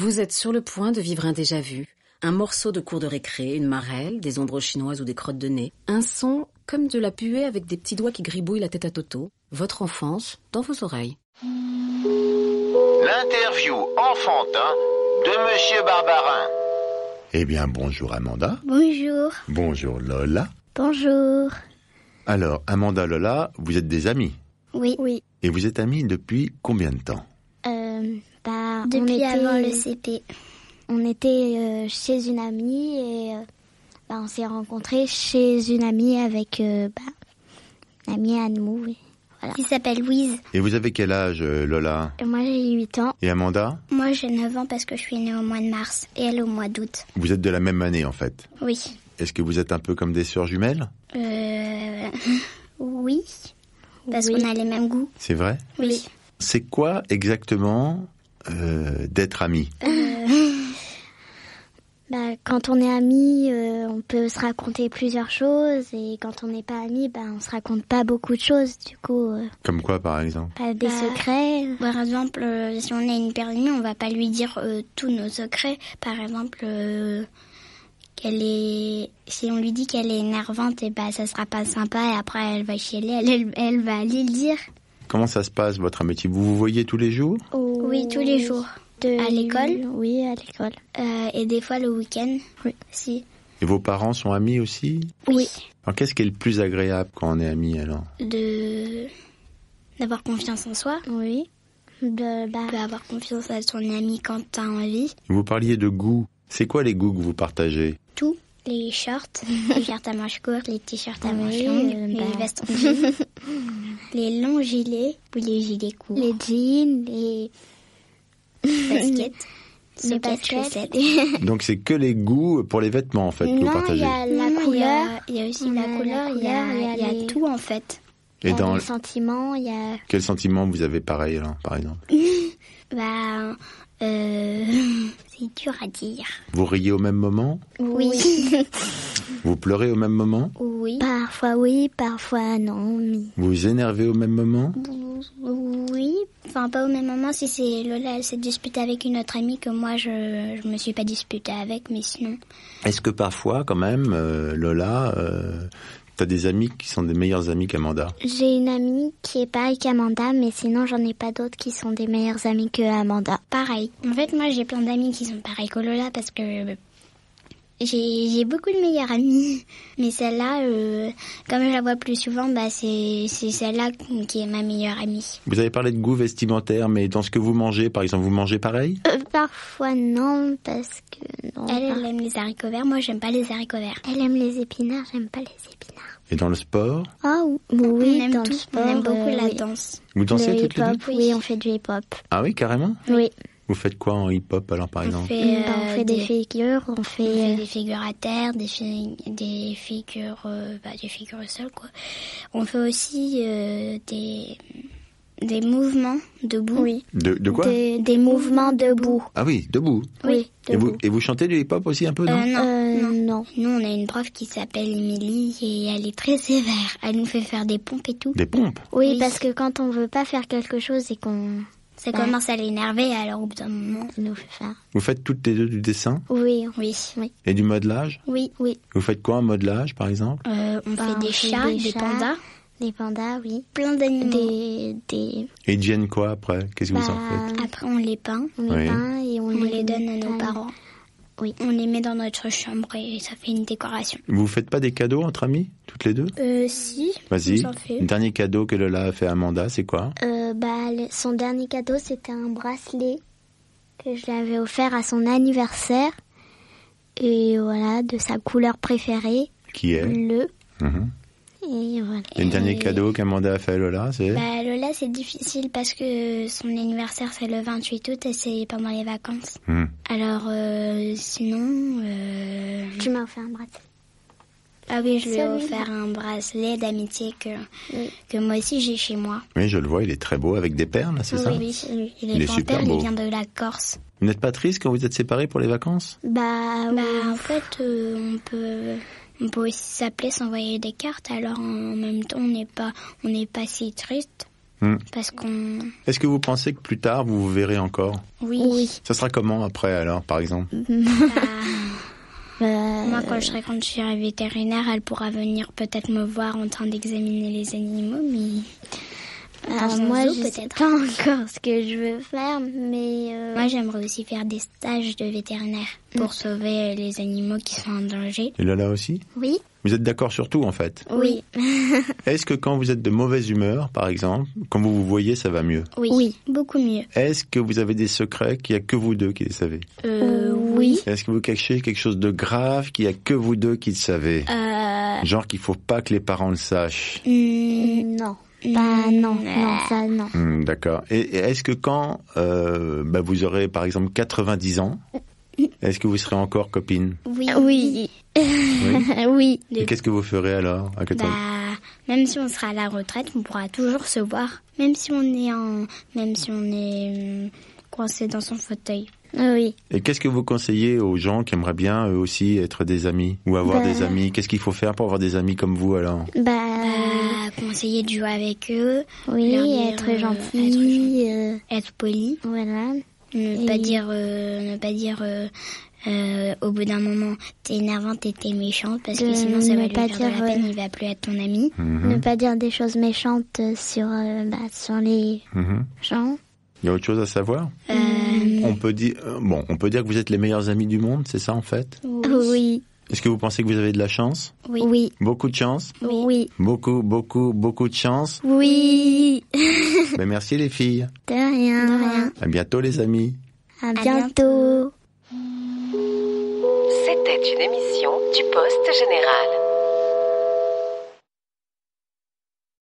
Vous êtes sur le point de vivre un déjà-vu. Un morceau de cours de récré, une marelle, des ombres chinoises ou des crottes de nez. Un son comme de la puée avec des petits doigts qui gribouillent la tête à Toto. Votre enfance dans vos oreilles. L'interview enfantin de Monsieur Barbarin. Eh bien, bonjour Amanda. Bonjour. Bonjour Lola. Bonjour. Alors, Amanda, Lola, vous êtes des amis. Oui. Oui. Et vous êtes amis depuis combien de temps Euh, bah, Depuis avant le CP. On était euh, chez une amie et euh, bah, on s'est rencontrés chez une amie avec euh, bah, une amie à nous. et Voilà. Qui s'appelle Louise. Et vous avez quel âge, euh, Lola Et moi j'ai 8 ans. Et Amanda Moi j'ai 9 ans parce que je suis née au mois de mars et elle au mois d'août. Vous êtes de la même année, en fait. Oui. Est-ce que vous êtes un peu comme des sœurs jumelles Euh. Oui. Parce qu'on a les mêmes goûts. C'est vrai Oui. C'est quoi exactement euh, d'être amis Bah, quand on est amis, euh, on peut se raconter plusieurs choses et quand on n'est pas amis, bah, on se raconte pas beaucoup de choses. Du coup, euh, Comme quoi, par exemple pas des secrets. Bah, Par exemple, euh, si on a une période on va pas lui dire euh, tous nos secrets. Par exemple, euh, qu'elle est, si on lui dit qu'elle est énervante, et bah ça sera pas sympa. Et après, elle va chialer, elle, elle, elle va aller le dire. Comment ça se passe, votre amitié Vous vous voyez tous les jours Oui, tous les jours. À l'école Oh, Oui, à l'école. Euh, et des fois le week-end. Oui. Si. Et vos parents sont amis aussi Oui. Alors, qu'est-ce qui est le plus agréable quand on est amis, alors De d'avoir confiance en soi. Oui. De, bah, On peut avoir confiance à son ami quand t'as envie. Vous parliez de goût. C'est quoi les goûts que vous partagez Tout. Les shorts, les shirts à manches courtes, les t-shirts à Oui, manches longues, euh, les bah. vestes en jean, les longs gilets ou les gilets courts. les jeans, les, baskets. les chaussettes. baskets. Donc, c'est que les goûts pour les vêtements, en fait, que vous non, il partagez. y a la Non, il y couleur. a- Il y, a aussi On la a la couleur, il y a, couleur, il y a il y a les- tout en fait. Il Et y a dans les sentiments, il y a... quel sentiment vous avez pareil, là, par exemple Ben, Bah, euh, c'est dur à dire. Vous riez au même moment Oui. Vous pleurez au même moment Oui. parfois oui, parfois non. mais- Vous vous énervez au même moment Oui. Enfin, pas au même moment. Si c'est Lola, elle s'est disputée avec une autre amie que moi, je, je me suis pas disputée avec, mais sinon. Est-ce que parfois, quand même, euh, Lola, euh, t'as des amis qui sont des meilleurs amis qu'Amanda J'ai une amie qui est pareille qu'Amanda, mais sinon j'en ai pas d'autres qui sont des meilleures amies que Amanda. Pareil. En fait, moi, j'ai plein d'amis qui sont pareils que Lola parce que euh, j'ai j'ai beaucoup de meilleures amies. Mais celle-là, euh, comme je la vois plus souvent, bah, c'est c'est celle-là qui est ma meilleure amie. Vous avez parlé de goût vestimentaire, mais dans ce que vous mangez, par exemple, vous mangez pareil Euh, parfois non, parce que non. Elle, par- elle aime les haricots verts. Moi, j'aime pas les haricots verts. elle aime les épinards, j'aime pas les épinards. Et dans le sport Ah ou- oui, on aime dans tout. le sport, on aime beaucoup euh, la oui. danse. Vous dansez Le toutes les deux hip-hop, oui, on fait du hip-hop. Ah oui, carrément Oui. Vous faites quoi en hip-hop, alors, par On exemple fait, Bah, on euh, fait des, des, figures, on fait. on fait euh, des figures à terre, des, fi- des figures, euh, bah, des figures au sol, quoi. On fait aussi euh, des des mouvements debout. Oui. de, de quoi des, des mouvements debout. Ah oui, debout. Oui. Et vous, debout. et vous chantez du hip-hop aussi un peu, non Euh, non, Euh, non. non. Nous, on a une prof qui s'appelle Émilie et elle est très sévère. Elle nous fait faire des pompes et tout. Des pompes Oui, Oui. parce que quand on veut pas faire quelque chose et qu'on Ça commence à l'énerver, alors au bout d'un moment... elle nous fait faire. Vous faites toutes les deux du dessin Oui. Oui. Oui. et du modelage Oui. Oui. Vous faites quoi en modelage, par exemple Euh, on Bah, fait on des fait chats, des des, chats. pandas, Des pandas, oui. plein d'animaux. Des des Et ils deviennent quoi après Qu'est-ce que vous en faites Après, on les peint, on les Oui. peint et on, on les donne à nos peint. parents. Oui. On les met dans notre chambre et ça fait une décoration. Vous faites pas des cadeaux entre amis, toutes les deux Bah. Euh, si. Vas-y. s'en fait. Le dernier cadeau que Lola a fait à Amanda, c'est quoi Euh, bah, le- son dernier cadeau, c'était un bracelet que je lui avais offert à son anniversaire. Et voilà, de sa couleur préférée, Qui est Mm. bleu. Mhm. Et voilà. Et le dernier cadeau qu'Amanda a fait à Lola, c'est Bah, Lola, c'est difficile parce que son anniversaire, c'est le 28 août et c'est pendant les vacances. Mhm. Alors, euh, sinon... euh, Tu m'as offert un bracelet. Ah oui, je lui ai Celui-là. offert un bracelet d'amitié que, Oui. que moi aussi j'ai chez moi. Ah Oui, je le vois, il est très beau avec des perles, c'est ça oui. Il Il est est panthère, super beau. il vient de la Corse. Vous n'êtes pas triste quand vous êtes séparés pour les vacances Bah, Bah, oui. en fait, euh, on peut, on peut aussi s'appeler, s'envoyer des cartes. Alors, en même temps, on n'est pas, on n'est pas si triste. Hmm. Parce qu'on. Est-ce que vous pensez que plus tard, vous vous verrez encore Oui. Ça sera comment après, alors, par exemple bah, Bah, moi, quand je serai quand je serai vétérinaire, elle pourra venir peut-être me voir en train d'examiner les animaux, mais. Bah, alors un moi, zoo, je sais peut-être. pas encore ce que je veux faire, mais euh, Moi, j'aimerais aussi faire des stages de vétérinaire pour sauver les animaux qui sont en danger. Et Lola aussi oui, Vous êtes d'accord sur tout, en fait Oui. Est-ce que quand vous êtes de mauvaise humeur, par exemple, quand vous vous voyez, ça va mieux Oui. Beaucoup mieux. Est-ce que vous avez des secrets qu'il n'y a que vous deux qui les savez Euh, oui. Est-ce que vous cachez quelque chose de grave qu'il n'y a que vous deux qui le savez Euh. Genre qu'il faut pas que les parents le sachent hmm, non, bah non, euh, non, ça non. Hmm, D'accord. Et, et est-ce que quand euh, bah, vous aurez, par exemple, 90 ans, est-ce que vous serez encore copine Oui. Oui. oui. Et qu'est-ce que vous ferez alors à 80 Bah, même si on sera à la retraite, on pourra toujours se voir, même si on est en, même si on est hum, coincé dans son fauteuil. Oui. Et qu'est-ce que vous conseillez aux gens qui aimeraient bien eux aussi être des amis ou avoir Bah. des amis Qu'est-ce qu'il faut faire pour avoir des amis comme vous alors Bah, Bah, conseiller de jouer avec eux, oui, leur dire, être euh, gentil, être gentil. euh, être poli, voilà. ne Et- pas dire, euh, ne pas dire euh, euh, au bout d'un moment t'es énervante et t'es méchante parce De que sinon ça ne va lui pas faire de dire, la euh, peine, il va plus être ton ami. Mhm, Ne pas dire des choses méchantes euh, sur, euh, bah, sur les mhm. gens. Il y a autre chose à savoir Hmm. Euh, On peut dire euh, bon, on peut dire que vous êtes les meilleurs amis du monde, c'est ça en fait Oui. Est-ce que vous pensez que vous avez de la chance Oui. Oui. Beaucoup de chance Oui. Beaucoup, beaucoup, beaucoup de chance. Oui. Ben, merci les filles. De rien. À bientôt les amis. À bientôt. bientôt. C'était une émission du Poste Général.